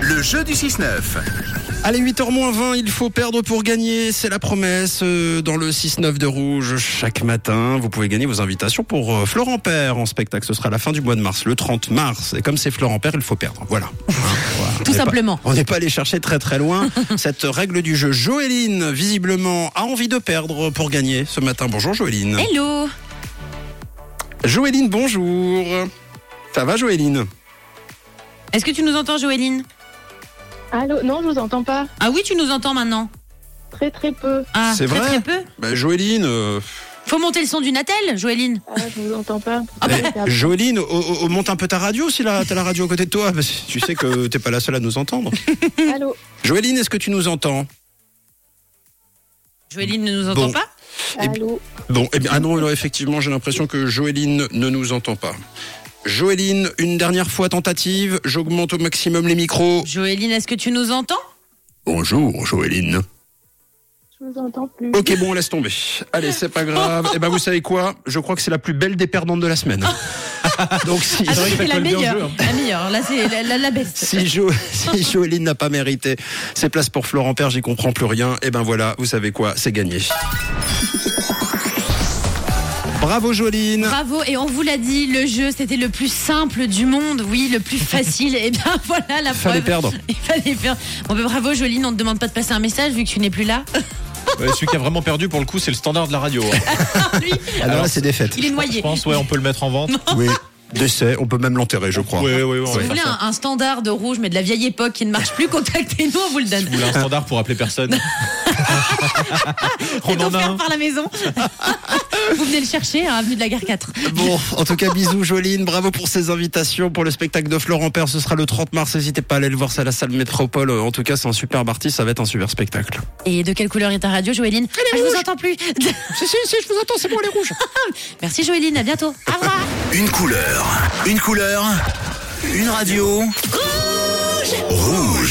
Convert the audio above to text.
Le jeu du 6-9. Allez, 8h moins 20, il faut perdre pour gagner. C'est la promesse euh, dans le 6-9 de rouge chaque matin. Vous pouvez gagner vos invitations pour euh, Florent Père en spectacle. Ce sera la fin du mois de mars, le 30 mars. Et comme c'est Florent Père, il faut perdre. Voilà. Hein, voilà. On Tout n'est pas- simplement. on n'est pas allé chercher très très loin. Cette règle du jeu, Joéline, visiblement, a envie de perdre pour gagner ce matin. Bonjour Joéline. Hello Joéline, bonjour. Ça va Joéline Est-ce que tu nous entends, Joéline Allô, non, je vous entends pas. Ah oui, tu nous entends maintenant. Très très peu. Ah, C'est très, vrai très peu. Bah, Joéline, euh, Faut monter le son du Natel, Joéline. Ah, je vous entends pas. Ah bah, Eh, Joéline, oh, oh, oh, monte un peu ta radio si là, t'as la radio à côté de toi. parce que tu sais que t'es pas la seule à nous entendre. Allô. Joéline, est-ce que tu nous entends Joéline ne nous entend Bon. pas Et- Allô. Bon, eh bien, ah non, alors, effectivement, j'ai l'impression que Joéline ne nous entend pas. Joéline, une dernière fois tentative, j'augmente au maximum les micros. Joéline, est-ce que tu nous entends Bonjour Joéline. Je vous entends plus. Ok, bon, on laisse tomber. Allez, c'est pas grave. Eh ben, vous savez quoi Je crois que c'est la plus belle des perdantes de la semaine. Donc, si, Ah, oui, c'est la meilleure. La meilleure. Là, c'est la, la, la best. hein. si, Jo- si Joéline n'a pas mérité ses places pour Florent Père, j'y comprends plus rien. Et ben voilà, vous savez quoi, c'est gagné. Bravo Joéline. Bravo, et on vous l'a dit, le jeu c'était le plus simple du monde, oui, le plus facile. et bien voilà la Fallait preuve. perdre. Il fallait perdre. Bon, ben, bravo Joline, on ne te demande pas de passer un message vu que tu n'es plus là. Ouais, celui qui a vraiment perdu, pour le coup, c'est le standard de la radio. hein. Lui, Alors Ah, là, c'est défaite. il est Je noyé. pense, ouais, on peut le mettre en vente. Oui, décès, on peut même l'enterrer, je crois. Ouais, ouais, ouais, on Si vous va faire voulez ça. un, un standard de rouge, mais de la vieille époque qui ne marche plus, contactez-nous, on vous le Si donne. vous voulez un standard pour appeler personne. on C'est en a offert un. par la maison. vous venez le chercher, à avenue de la gare 4. Bon, en tout cas, bisous Joline, bravo pour ces invitations pour le spectacle de Florent Père, ce sera le 30 mars, n'hésitez pas à aller le voir, c'est à la salle Métropole. En tout cas, c'est un superbe artiste, ça va être un super spectacle. Et de quelle couleur est ta radio, Joéline Ah, Je vous entends plus. Si, si, si, je vous attends, c'est bon, les rouges. Merci, Joéline, à bientôt. Au revoir. Une couleur. Une couleur. Une radio. Rouge. Rouge.